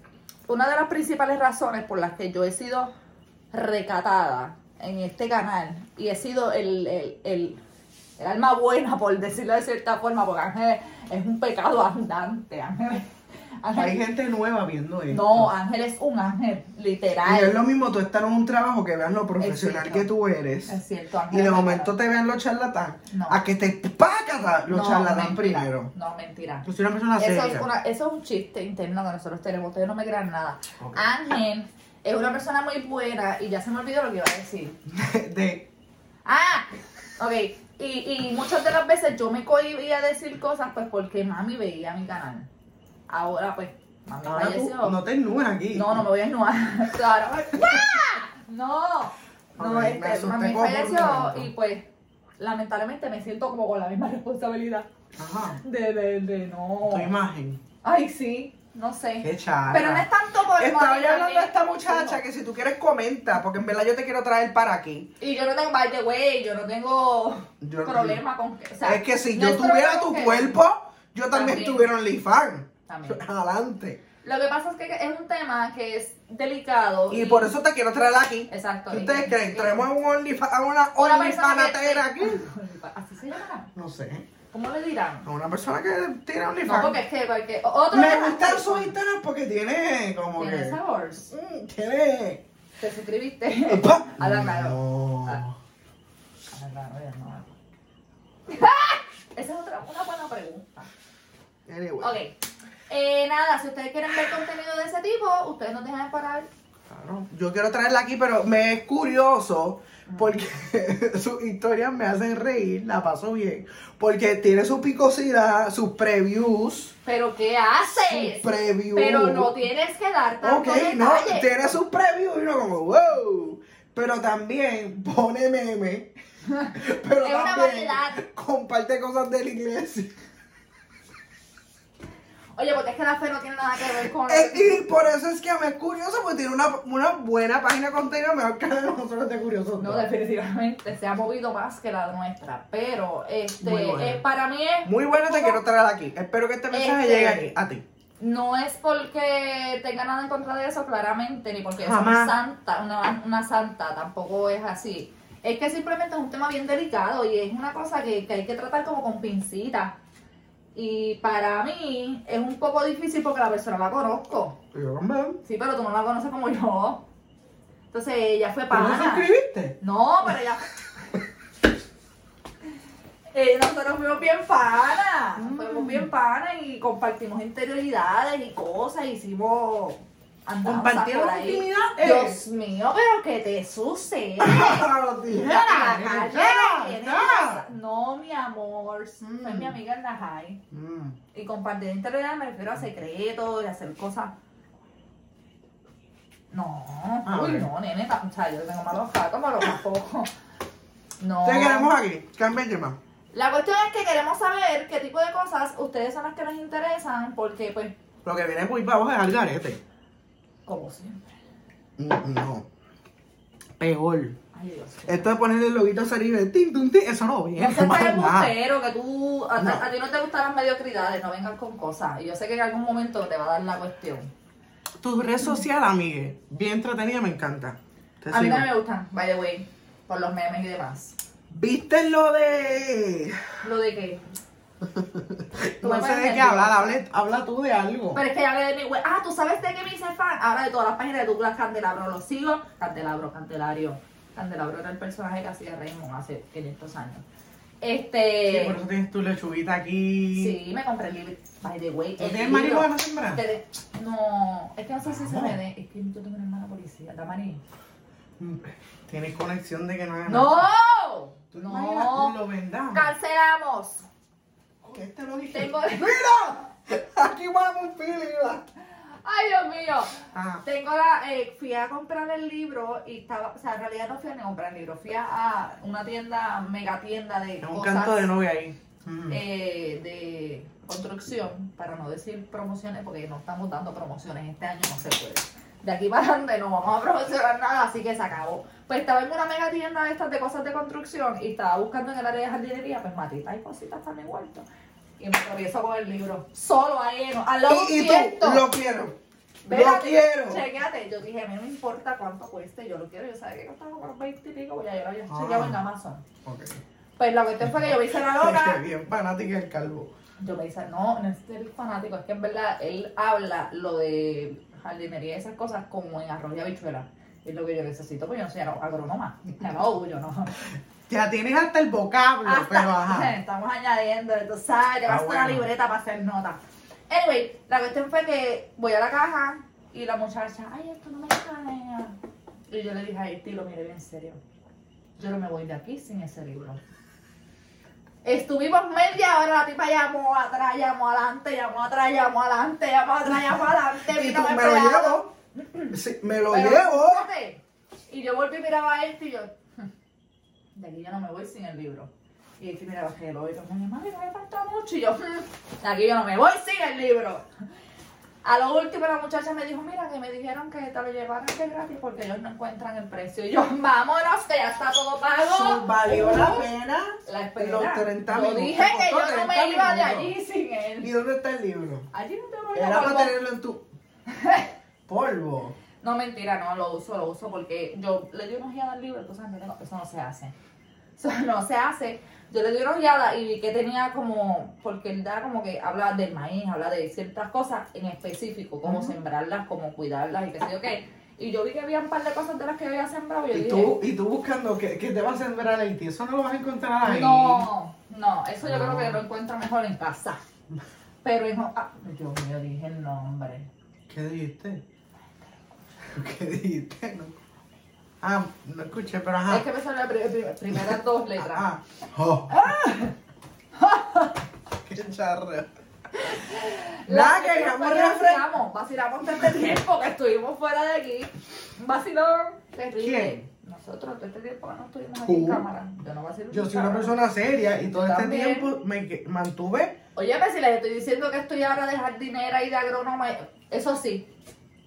Speaker 3: Una de las principales razones por las que yo he sido recatada en este canal y he sido el, el, el- el alma buena, por decirlo de cierta forma, porque Ángel es un pecado andante. Ángel, Ángel-
Speaker 1: Hay gente nueva viendo esto.
Speaker 3: no, Ángel es un ángel,
Speaker 1: Y es
Speaker 3: literal.
Speaker 1: lo mismo tú estar en un trabajo que veas lo profesional
Speaker 3: Exacto.
Speaker 1: que tú eres.
Speaker 3: Es cierto, Ángel.
Speaker 1: Y de
Speaker 3: es
Speaker 1: momento
Speaker 3: verdadero.
Speaker 1: te vean los charlatán.
Speaker 3: No.
Speaker 1: A que te pácata los
Speaker 3: No,
Speaker 1: charlatán
Speaker 3: mentira.
Speaker 1: primero.
Speaker 3: No, mentira.
Speaker 1: Yo soy una persona
Speaker 3: Eso
Speaker 1: seria.
Speaker 3: es, una- eso es un chiste interno que nosotros tenemos. Ustedes no me crean nada.
Speaker 1: Ok.
Speaker 3: Ángel es una persona muy buena y ya se me olvidó lo que iba a decir.
Speaker 1: *laughs* de
Speaker 3: Ah, ok. Y, y muchas de las veces yo me cohibía a decir cosas pues porque mami veía mi canal. Ahora pues, mami
Speaker 1: Ahora tú
Speaker 3: falleció.
Speaker 1: no te ennúes aquí.
Speaker 3: No, no me voy a desnudar. *laughs* Claro. No. No,
Speaker 1: Ok, me
Speaker 3: este,
Speaker 1: asusté
Speaker 3: mami
Speaker 1: como un
Speaker 3: falleció
Speaker 1: momento.
Speaker 3: y pues lamentablemente me siento como con la misma *laughs* responsabilidad
Speaker 1: Ajá.
Speaker 3: de, de, de no.
Speaker 1: Tu imagen.
Speaker 3: Ay, sí, no sé.
Speaker 1: Qué charla.
Speaker 3: Pero no es tanto por
Speaker 1: Estaba
Speaker 3: morir,
Speaker 1: yo hablando de esta
Speaker 3: no.
Speaker 1: muchacha que si tú quieres comenta, porque en verdad yo te quiero traer para aquí.
Speaker 3: Y yo no tengo, by the way, yo no tengo
Speaker 1: Yo no-
Speaker 3: problema con que. O sea,
Speaker 1: es que si
Speaker 3: no
Speaker 1: yo
Speaker 3: es
Speaker 1: tuviera
Speaker 3: problema
Speaker 1: tu
Speaker 3: con que-
Speaker 1: cuerpo, yo también,
Speaker 3: También.
Speaker 1: estuviera en Lifan.
Speaker 3: También.
Speaker 1: Adelante.
Speaker 3: Lo que pasa es que es un tema que es delicado.
Speaker 1: Y por eso te quiero traer aquí.
Speaker 3: Exacto.
Speaker 1: ¿Qué
Speaker 3: y-
Speaker 1: ustedes creen?
Speaker 3: y-
Speaker 1: ¿Traemos un OnlyFans, a una
Speaker 3: Una persona que-
Speaker 1: OnlyFanatera aquí?
Speaker 3: *laughs* Así se llama.
Speaker 1: No sé.
Speaker 3: ¿Cómo le dirán?
Speaker 1: A una persona que tiene
Speaker 3: No,
Speaker 1: OnlyFans.
Speaker 3: porque es que porque otro
Speaker 1: Me gustan sus Instagram porque tiene como
Speaker 3: Tiene
Speaker 1: que.
Speaker 3: sabor.
Speaker 1: Mm, tiene.
Speaker 3: Te
Speaker 1: *laughs*
Speaker 3: suscribiste. *laughs* A la raro.
Speaker 1: No.
Speaker 3: Ah. A la raro, ya no. ¡Ah! Esa es otra una buena pregunta.
Speaker 1: Anyway.
Speaker 3: Ok. Eh, nada, si ustedes quieren ver contenido de ese tipo, ustedes no dejan de parar.
Speaker 1: Claro. Yo quiero traerla aquí, pero me es curioso porque *laughs* sus historias me hacen reír, la paso bien. Porque tiene su picosidad, sus previews.
Speaker 3: Pero ¿qué
Speaker 1: Sus
Speaker 3: haces?
Speaker 1: previews.
Speaker 3: Pero no tienes que dar tanto
Speaker 1: Ok, no,
Speaker 3: detalle.
Speaker 1: tiene sus previews y uno como, wow. Pero también pone
Speaker 3: *laughs*
Speaker 1: meme. Pero
Speaker 3: Es una
Speaker 1: también
Speaker 3: variedad.
Speaker 1: comparte cosas de la iglesia.
Speaker 3: Oye, porque es que la fe no tiene nada que ver con...
Speaker 1: Eh, Y por eso es que me es curioso, porque tiene una, una buena página de contenido mejor que la de nosotros de curiosos.
Speaker 3: No,
Speaker 1: dos.
Speaker 3: definitivamente se ha movido más que la nuestra. Pero este,
Speaker 1: Muy buena.
Speaker 3: eh, para mí es.
Speaker 1: Muy buena, te
Speaker 3: como-
Speaker 1: quiero traer aquí. Espero que este mensaje
Speaker 3: Este-
Speaker 1: llegue aquí, a ti.
Speaker 3: No es porque tenga nada en contra de eso, claramente, ni porque es
Speaker 1: Jamás.
Speaker 3: una santa, una, una santa, tampoco es así. Es que simplemente es un tema bien delicado y es una cosa que, que hay que tratar como con pincita. Y para mí es un poco difícil porque la persona la conozco.
Speaker 1: Este, Yo también.
Speaker 3: Sí, pero tú no la conoces como yo. Entonces ella fue
Speaker 1: ¿Tú
Speaker 3: pana.
Speaker 1: no suscribiste?
Speaker 3: No, pero ya. *laughs* Eh, nosotros fuimos bien pana,
Speaker 1: Mm.
Speaker 3: fuimos bien pana y compartimos interioridades y cosas, hicimos andanzas
Speaker 1: Compartieron
Speaker 3: por ahí.
Speaker 1: intimidades.
Speaker 3: Dios mío, pero ¿qué te sucede?
Speaker 1: *laughs* Lo dije.
Speaker 3: La calle
Speaker 1: Ya,
Speaker 3: que tienes
Speaker 1: ya.
Speaker 3: esa- No, mi amor,
Speaker 1: Mm.
Speaker 3: es mi amiga en la high.
Speaker 1: Mm.
Speaker 3: Y compartir interioridades me refiero a secretos y hacer cosas. No,
Speaker 1: Ah,
Speaker 3: uy,
Speaker 1: ok.
Speaker 3: no, nene, ta- o sea, yo tengo malos gatos, malos tampoco. No.
Speaker 1: Te queremos aquí, Carmen Gemma.
Speaker 3: La cuestión es que queremos saber qué tipo de cosas ustedes son las que nos interesan, porque, pues,
Speaker 1: Lo que viene muy para abajo es al garete.
Speaker 3: como siempre.
Speaker 1: Mm, No. Peor.
Speaker 3: Ay, Dios.
Speaker 1: Esto de ponerle el loguito a salir de tin, tin, tin, eso no
Speaker 3: No
Speaker 1: viene.
Speaker 3: seas
Speaker 1: para
Speaker 3: tan
Speaker 1: nada.
Speaker 3: embustero, que tú. A, a-
Speaker 1: No.
Speaker 3: a ti no te gustan las mediocridades, no vengas con cosas. Y yo sé que en algún momento te va a dar la cuestión.
Speaker 1: Tu red social, amigue. Bien entretenida, me encanta. Te
Speaker 3: A mí
Speaker 1: sigo.
Speaker 3: también me gustan, by the way, por los memes y demás.
Speaker 1: ¿Viste lo de.?
Speaker 3: ¿Lo
Speaker 1: *laughs*
Speaker 3: de qué?
Speaker 1: No sé de qué hablar. Habla, habla tú de algo.
Speaker 3: Pero es que ya hablé de mi web. Ah, ¿tú sabes de qué me hice fan? Ahora de todas las páginas de Douglas Candelabro lo sigo. Candelabro, Candelario. Candelabro era el personaje que hacía Raymond hace 500 años.
Speaker 1: Sí,
Speaker 3: Este...
Speaker 1: por eso tienes tu lechuguita aquí.
Speaker 3: Sí, me compré el libro. By the way,
Speaker 1: ¿Tú
Speaker 3: el
Speaker 1: tienes
Speaker 3: libro-
Speaker 1: marihuana sembrada?
Speaker 3: Te- No, es que no sé si se
Speaker 1: No.
Speaker 3: me dé. Es que yo tengo una hermana policía, Tamari.
Speaker 1: Mm, Tienes conexión de que Ah, no haga
Speaker 3: ¡No!
Speaker 1: nada. ¿Tú te imaginas?
Speaker 3: ¡No!
Speaker 1: Lo vendamos.
Speaker 3: ¡Cancelamos!
Speaker 1: ¿Qué te lo dije?
Speaker 3: Tengo- *laughs*
Speaker 1: ¡Mira! Aquí vamos, Pili.
Speaker 3: ¡Ay, Dios mío!
Speaker 1: Ah,
Speaker 3: Tengo la. eh, fui a comprar el libro y estaba. O sea, en realidad no fui a ni comprar el libro. Fui a una tienda, mega tienda de.
Speaker 1: es un
Speaker 3: cosas,
Speaker 1: canto de novia ahí. Mm.
Speaker 3: eh, de construcción, para no decir promociones, porque no estamos dando promociones este año, no se puede. De aquí para adelante no vamos a promocionar nada, así que se acabó. Pues estaba en una mega tienda de estas de cosas de construcción y estaba buscando en el área de jardinería, pues matitas y cositas para mi huerto. Y me atravieso con el libro, solo ahí, en- al lado de un
Speaker 1: Y, y tú,
Speaker 3: cierto.
Speaker 1: lo quiero. lo
Speaker 3: Espérate,
Speaker 1: quiero.
Speaker 3: Chequéate, yo dije, a mí no me importa cuánto cueste, yo lo quiero, yo sabía que costaba como 20 y pico, pues ya yo lo había
Speaker 1: Ah.
Speaker 3: chequeado en Amazon.
Speaker 1: Ok.
Speaker 3: Pues la cuestión fue que yo me hice
Speaker 1: *laughs*
Speaker 3: la
Speaker 1: Es que
Speaker 3: loca,
Speaker 1: bien fanática del calvo.
Speaker 3: yo me hice, no, no es el fanático, es que en verdad él habla lo de jardinería y esas cosas como en arroz y habichuela. Es lo que yo necesito, porque yo no soy agro- agrónoma. No, yo no.
Speaker 1: Ya tienes hasta el vocablo,
Speaker 3: Hasta-
Speaker 1: pero ajá.
Speaker 3: *laughs* Estamos añadiendo, entonces ah,
Speaker 1: Ah,
Speaker 3: llevas una
Speaker 1: bueno.
Speaker 3: libreta para hacer notas. Anyway, la cuestión fue que voy a la caja y la muchacha, ay, esto no me cae. Y yo le dije, ay, tío, mire bien serio. Yo no me voy de aquí sin ese libro. Estuvimos media hora, la tipa llamó atrás, llamó adelante, llamó atrás, llamó adelante, llamó atrás, llamó
Speaker 1: *laughs*
Speaker 3: adelante.
Speaker 1: Y
Speaker 3: vino
Speaker 1: tú,
Speaker 3: un
Speaker 1: me lo
Speaker 3: empleado.
Speaker 1: llevo. Sí, me lo
Speaker 3: Pero,
Speaker 1: llevo.
Speaker 3: fíjate, Y yo volví y miraba a este y yo, "Hmm, de aquí yo no me voy sin el libro. Y este miraba que lo otro, mi madre, me falta mucho. Y yo, "Hmm, de aquí yo no me voy sin el libro. A lo último la muchacha me dijo, mira, que me dijeron que te lo llevaran de gratis porque ellos no encuentran el precio. Y yo, vámonos, que ya está todo pago.
Speaker 1: So, Valió la pena.
Speaker 3: La
Speaker 1: Los
Speaker 3: espera.
Speaker 1: 30
Speaker 3: Yo
Speaker 1: minutos.
Speaker 3: dije que
Speaker 1: Costó
Speaker 3: yo
Speaker 1: 30
Speaker 3: no me iba de
Speaker 1: minutos.
Speaker 3: allí sin
Speaker 1: ¿Y
Speaker 3: él.
Speaker 1: dónde está el libro?
Speaker 3: Allí no te voy a
Speaker 1: Era para
Speaker 3: volver.
Speaker 1: tenerlo en
Speaker 3: *laughs*
Speaker 1: tu polvo.
Speaker 3: No, mentira, no, lo uso, lo uso porque yo le di una ojeada al libro, entonces mira, no, eso no se hace. *laughs* Eso no se hace. Yo le di una ojeada y vi que tenía como, porque él da como que habla del maíz, habla de ciertas cosas en específico, como sembrarlas, como cuidarlas y qué sé yo qué. Y yo vi que había un par de cosas de las que yo había sembrado y yo
Speaker 1: Y
Speaker 3: dije,
Speaker 1: tú, y tú buscando que, que te vas a sembrar el tío. Eso no lo vas a encontrar ahí.
Speaker 3: no, no, eso yo
Speaker 1: No.
Speaker 3: creo que lo encuentro mejor en casa. Pero hijo, ah, yo mío, dije el nombre.
Speaker 1: ¿Qué dijiste? *laughs* ¿Qué dijiste? No. Ah, no escuché, pero ajá.
Speaker 3: Es que me salen las pri- pri- primeras dos letras.
Speaker 1: Ah, oh. *laughs* ¡Qué charra!
Speaker 3: La
Speaker 1: Nada,
Speaker 3: que
Speaker 1: queríamos refrescar.
Speaker 3: vacilamos, vacilamos desde el tiempo que estuvimos fuera de aquí. Un Vacilón terrible.
Speaker 1: ¿Quién?
Speaker 3: Nosotros todo este tiempo que no estuvimos aquí
Speaker 1: Tú.
Speaker 3: en cámara. Yo no vacilo.
Speaker 1: Yo
Speaker 3: en
Speaker 1: soy una
Speaker 3: cámara.
Speaker 1: persona seria y todo este
Speaker 3: También.
Speaker 1: tiempo me que- mantuve.
Speaker 3: Oye, pero si les estoy diciendo que estoy ahora de jardinera y de agrónoma, eso sí,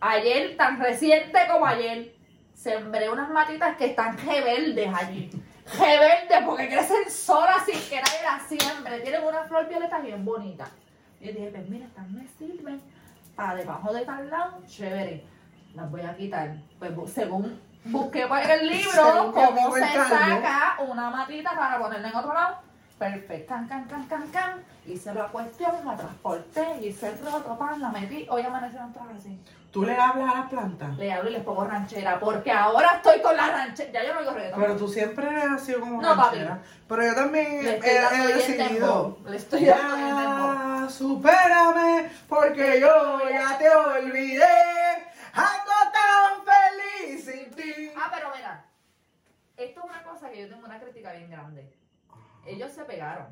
Speaker 3: ayer, tan reciente como ayer, sembré unas matitas que están verdes allí. verdes porque crecen solas sin que nadie las siembre. Tienen una flor violeta bien bonita. Y yo dije, pues mira, estas me sirven para debajo de tal lado, chévere. Las voy a quitar. Pues bu- según busqué
Speaker 1: *laughs*
Speaker 3: por el libro
Speaker 1: Según mi
Speaker 3: cómo
Speaker 1: amigo
Speaker 3: se
Speaker 1: el calvo.
Speaker 3: saca una matita para ponerla en otro lado. Perfecto, can, can, can, can, can. Hice la cuestión, la transporté, hice el roto, pan, la metí. Hoy amanecieron todas así.
Speaker 1: Tú le hablas a las plantas.
Speaker 3: Le hablo y les pongo ranchera, porque ahora estoy con la ranchera. Ya yo no digo reggaetón.
Speaker 1: Pero tú siempre has sido como
Speaker 3: No, papi.
Speaker 1: ranchera. Pero yo también
Speaker 3: Le
Speaker 1: he,
Speaker 3: estoy dando
Speaker 1: he
Speaker 3: bien
Speaker 1: decidido.
Speaker 3: dembow. Le estoy dando bien dembow.
Speaker 1: Ya, supérame, porque yo ya te olvidé. Ando tan feliz sin ti.
Speaker 3: Ah, pero mira, esto es una cosa que yo tengo una crítica bien grande. Ellos se pegaron.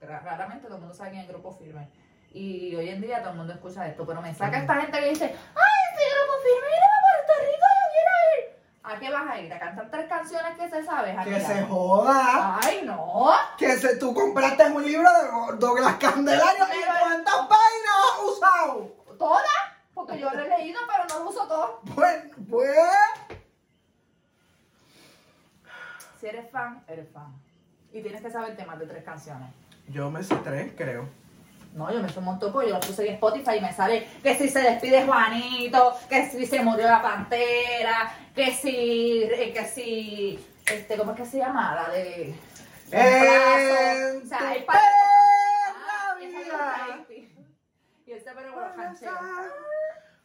Speaker 3: Ra- Raramente todo el mundo sabe quién es el grupo firme. Y hoy en día todo el mundo escucha esto. Pero me saca esta gente que dice, ¡ay, ese grupo firme! ¡Mira a Puerto Rico! ¡Yo quiero ir! ¿A qué vas a ir? ¿A cantar tres canciones que se saben? ¿A
Speaker 1: Que
Speaker 3: qué
Speaker 1: se
Speaker 3: vas?
Speaker 1: joda.
Speaker 3: ¡Ay, no!
Speaker 1: Que se, tú compraste un libro de Douglas Candelario y
Speaker 3: Pero-
Speaker 1: cuántas páginas has usado.
Speaker 3: ¿Todas? Porque yo lo he leído, pero no lo uso todo.
Speaker 1: Pues, pues.
Speaker 3: Si eres fan, eres fan. Y tienes que saber temas de tres canciones.
Speaker 1: Yo me sé tres, creo.
Speaker 3: No, yo me hice un montón porque yo lo puse en Spotify y me sale que si se despide Juanito, que si se murió la pantera, que si, eh, que si, este, ¿cómo es que se llama? La de...
Speaker 1: En
Speaker 3: O sea, hay
Speaker 1: tu
Speaker 3: par de
Speaker 1: perra vida.
Speaker 3: cosas. Ah, esa es la Y este pero bueno, canchero.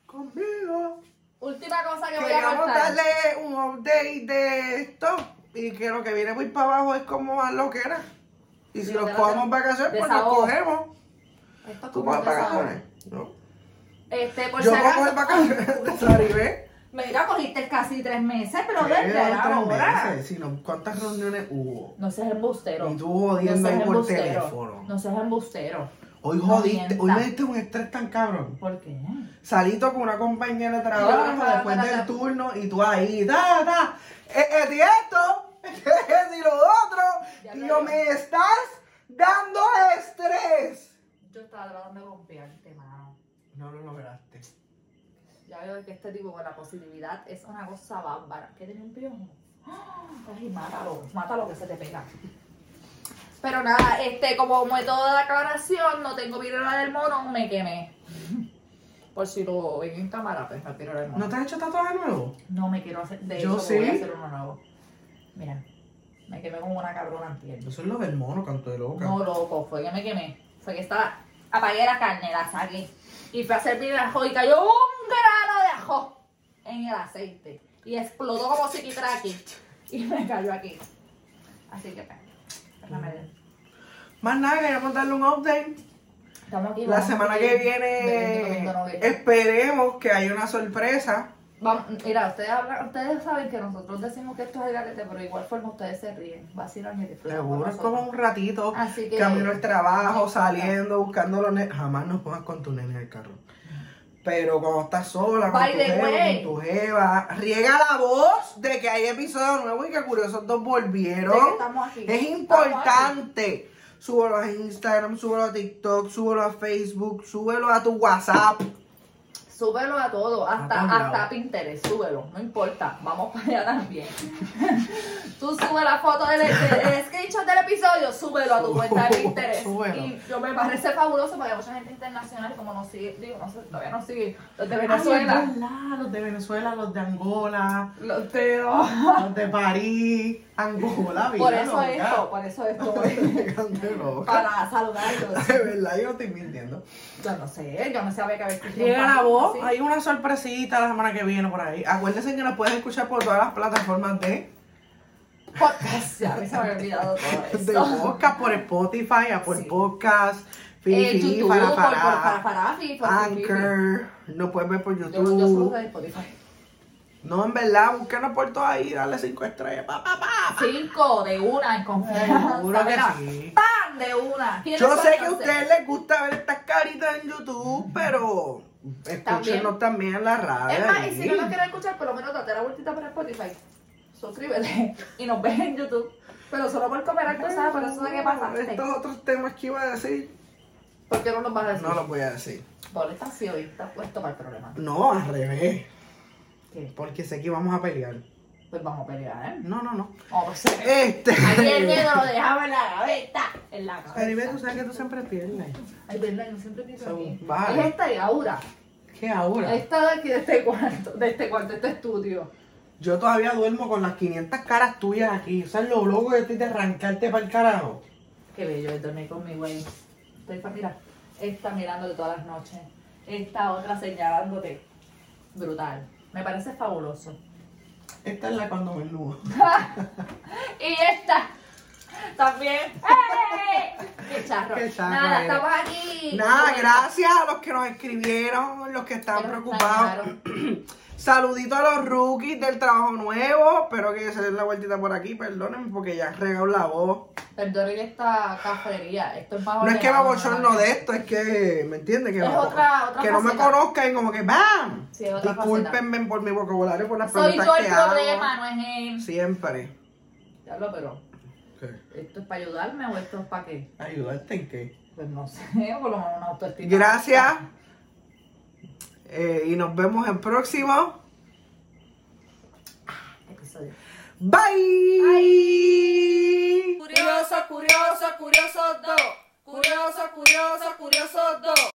Speaker 1: Conmigo.
Speaker 3: Última cosa que voy a
Speaker 1: Queríamos
Speaker 3: contar.
Speaker 1: darle un update de esto y que lo que viene muy para abajo es como más lo que era. Y si
Speaker 3: Lo
Speaker 1: los
Speaker 3: que
Speaker 1: cogemos
Speaker 3: hacen-
Speaker 1: vacaciones, pues los
Speaker 3: desahogo.
Speaker 1: cogemos.
Speaker 3: Esto es
Speaker 1: ¿Tú
Speaker 3: como
Speaker 1: coges
Speaker 3: un desahogo.
Speaker 1: vacaciones? No.
Speaker 3: Este, por
Speaker 1: Yo
Speaker 3: si
Speaker 1: cojo
Speaker 3: acaso-
Speaker 1: el vacaciones
Speaker 3: *laughs*
Speaker 1: de Claribé.
Speaker 3: Mira, cogiste casi tres meses, pero
Speaker 1: ¿Qué?
Speaker 3: desde
Speaker 1: Tres
Speaker 3: ahora.
Speaker 1: meses, sino, ¿Cuántas reuniones hubo?
Speaker 3: No seas embustero.
Speaker 1: Y tú jodiendo
Speaker 3: no
Speaker 1: ahí
Speaker 3: seas
Speaker 1: por
Speaker 3: embustero.
Speaker 1: teléfono.
Speaker 3: No seas embustero.
Speaker 1: Hoy
Speaker 3: No
Speaker 1: jodiste, hoy
Speaker 3: mienta.
Speaker 1: me diste un estrés tan cabrón.
Speaker 3: ¿Por qué?
Speaker 1: Salito con una compañera de
Speaker 3: Yo,
Speaker 1: trabajo
Speaker 3: ta,
Speaker 1: después
Speaker 3: ta,
Speaker 1: del
Speaker 3: ta.
Speaker 1: turno y tú ahí, ta, ta, eh, eh, di esto, *laughs* eh, di lo otro,
Speaker 3: Ya
Speaker 1: y
Speaker 3: te
Speaker 1: yo
Speaker 3: vi.
Speaker 1: me estás dando estrés.
Speaker 3: Yo estaba tratando de golpearte, mano.
Speaker 1: No lo lograste.
Speaker 3: Ya veo que este tipo de la positividad es una cosa bárbara. ¿Qué tiene un piojo? Ay, mátalo, mátalo que se te pega. Pero nada, este, como método de aclaración, no tengo viruela del mono, me quemé. Por si lo ven en cámara, pues la viruela del mono.
Speaker 1: ¿No te has hecho tatuaje nuevo?
Speaker 3: No me quiero hacer. De
Speaker 1: Yo
Speaker 3: hecho, me voy a
Speaker 1: sí.
Speaker 3: hacer uno nuevo. Mira, me quemé como una cabrona antier.
Speaker 1: Eso es lo del mono, canto de loca.
Speaker 3: No, loco, fue que me quemé. Fue que estaba. Apagué la carne, la saqué. Y fui a servir el ajo y cayó un grano de ajo en el aceite. Y explotó como
Speaker 1: *laughs*
Speaker 3: psiquitraqui. Y me cayó aquí. Así que, pues,
Speaker 1: Mm.
Speaker 3: déjame-
Speaker 1: Más nada, queremos darle un update.
Speaker 3: estamos aquí.
Speaker 1: La
Speaker 3: vamos
Speaker 1: semana
Speaker 3: a-
Speaker 1: que
Speaker 3: Bebiendo, comiendo
Speaker 1: viene
Speaker 3: nuggets.
Speaker 1: esperemos que haya una sorpresa.
Speaker 3: Vamos, mira, ustedes, hablan, ustedes saben que nosotros decimos que esto es el garete, pero de igual forma ustedes se ríen, vacilan y disfrutan. con
Speaker 1: Seguro es
Speaker 3: nosotros.
Speaker 1: como un ratito,
Speaker 3: Así que-
Speaker 1: camino al trabajo,
Speaker 3: Me encanta.
Speaker 1: saliendo, buscando los nenes. Jamás nos pongas con tu nene en el carro. Pero cuando estás sola, con
Speaker 3: By
Speaker 1: tu,
Speaker 3: the
Speaker 1: jevo,
Speaker 3: way.
Speaker 1: con tu jeva, riega la voz de que hay episodio nuevo y que curiosos dos
Speaker 3: De que
Speaker 1: volvieron.
Speaker 3: estamos aquí.
Speaker 1: Es importante. Súbelo a Instagram, súbelo a TikTok, súbelo a Facebook, súbelo a tu WhatsApp.
Speaker 3: Súbelo a todo, hasta,
Speaker 1: todos lados.
Speaker 3: hasta Pinterest, súbelo, no importa, vamos para allá también. *laughs* Tú sube la foto del del- el screenshot del episodio, súbelo a tu cuenta de Pinterest.
Speaker 1: Súbelo.
Speaker 3: Y yo me parece fabuloso porque hay mucha gente internacional como nos sigue, digo, no sé, todavía nos sigue, los de
Speaker 1: Ay,
Speaker 3: Venezuela.
Speaker 1: es verdad, los de Venezuela, los de Angola,
Speaker 3: Los teo.
Speaker 1: los de París, Angola,
Speaker 3: Por
Speaker 1: mira,
Speaker 3: eso
Speaker 1: loca. *laughs*
Speaker 3: esto, por eso esto.
Speaker 1: Canto de loca.
Speaker 3: para saludarlos.
Speaker 1: De verdad, yo no estoy mintiendo.
Speaker 3: Yo no sé, yo no sabía que había escrito.
Speaker 1: Llega la voz,
Speaker 3: Sí.
Speaker 1: hay una sorpresita la semana que viene por ahí. Acuérdense que nos puedes escuchar por todas las plataformas de,
Speaker 3: Podcast. pues, Ya, a mí se me había olvidado todo
Speaker 1: *laughs* de
Speaker 3: eso.
Speaker 1: podcast, por Spotify, Apple
Speaker 3: Sí.
Speaker 1: Podcast,
Speaker 3: Eh,
Speaker 1: Fifi,
Speaker 3: YouTube,
Speaker 1: para,
Speaker 3: por- por- para,
Speaker 1: para, Ah,
Speaker 3: para, sí, por-
Speaker 1: Anchor, nos pueden ver por
Speaker 3: Yo, yo solo
Speaker 1: YouTube.
Speaker 3: de Spotify.
Speaker 1: No, en verdad, búsquenos por todo ahí, dale cinco estrellas, pa, pa, pa.
Speaker 3: Cinco de una en confianza.
Speaker 1: Eh, Seguro que
Speaker 3: mira,
Speaker 1: sí.
Speaker 3: ¡Pam! De una. ¿Quiénes
Speaker 1: Yo
Speaker 3: son?
Speaker 1: sé que
Speaker 3: No
Speaker 1: a ustedes les gusta ver estas caritas en YouTube, pero escúchenos también en la radio.
Speaker 3: Es más, y si
Speaker 1: ahí.
Speaker 3: no lo quieren escuchar, por lo menos date la vueltita por Spotify. Suscríbete y nos ves en YouTube. Pero solo por comer cosas, por eso de qué pasa.
Speaker 1: Estos otros temas que iba a decir,
Speaker 3: ¿Por qué no nos vas a decir?
Speaker 1: no los voy a decir.
Speaker 3: Por esta sí hoy está puesto para el problema.
Speaker 1: No, al revés.
Speaker 3: ¿Qué?
Speaker 1: Porque sé que vamos a pelear.
Speaker 3: Pues vamos a pelear, ¿eh?
Speaker 1: No, no, no.
Speaker 3: Vamos a pelear.
Speaker 1: Este.
Speaker 3: Aquí el
Speaker 1: *laughs*
Speaker 3: miedo lo dejaba en la gaveta. En la gaveta.
Speaker 1: Maribel, tú sabes que tú siempre pierdes.
Speaker 3: Ay, verdad, yo siempre pienso
Speaker 1: Son
Speaker 3: aquí.
Speaker 1: vale.
Speaker 3: Es esta y ahora.
Speaker 1: ¿Qué ahora?
Speaker 3: Esta de aquí, de este cuarto, de este cuarto, de este estudio.
Speaker 1: Yo todavía duermo con las 500 caras tuyas aquí. ¿Sabes lo loco que estoy de arrancarte para el carajo?
Speaker 3: Qué bello es dormir con mi güey. Estoy para mirar. Esta mirándote todas las noches. Esta otra señalándote. Brutal. Me parece fabuloso.
Speaker 1: Esta es la cuando me nudo.
Speaker 3: Y esta
Speaker 1: *laughs*
Speaker 3: también. ¡Eh! ¡Qué charro!
Speaker 1: Qué charro
Speaker 3: Nada,
Speaker 1: eres.
Speaker 3: estamos aquí.
Speaker 1: Nada,
Speaker 3: Bueno,
Speaker 1: gracias a los que nos escribieron, los que están
Speaker 3: Pero
Speaker 1: preocupados. *clears throat* Saludito a los rookies del trabajo nuevo. Espero que se den la vueltita por aquí. Perdónenme porque ya he regado la voz.
Speaker 3: Perdonen esta cafrería. Esto es más
Speaker 1: No es que me
Speaker 3: ordenado,
Speaker 1: abochorno
Speaker 3: ¿no?
Speaker 1: de esto, es que, ¿me entiendes? Que,
Speaker 3: Es
Speaker 1: me-
Speaker 3: otra- otra
Speaker 1: que no me
Speaker 3: faceta.
Speaker 1: conozcan y como que ¡bam!
Speaker 3: Sí, es otra
Speaker 1: Discúlpenme por mi vocabulario, por las
Speaker 3: Soy
Speaker 1: preguntas
Speaker 3: yo el
Speaker 1: que hago.
Speaker 3: problema, no es él.
Speaker 1: Siempre.
Speaker 3: Ya lo, pero. ¿Esto es para ayudarme o esto es para qué?
Speaker 1: ¿Ayudarte en qué?
Speaker 3: Pues no sé, *laughs* por lo menos una autoestima.
Speaker 1: Gracias. Eh, y nos vemos en próximo.
Speaker 3: Episodio.
Speaker 1: Bye.
Speaker 2: Curioso, curioso, curioso dos. Curioso, curioso, curioso dos.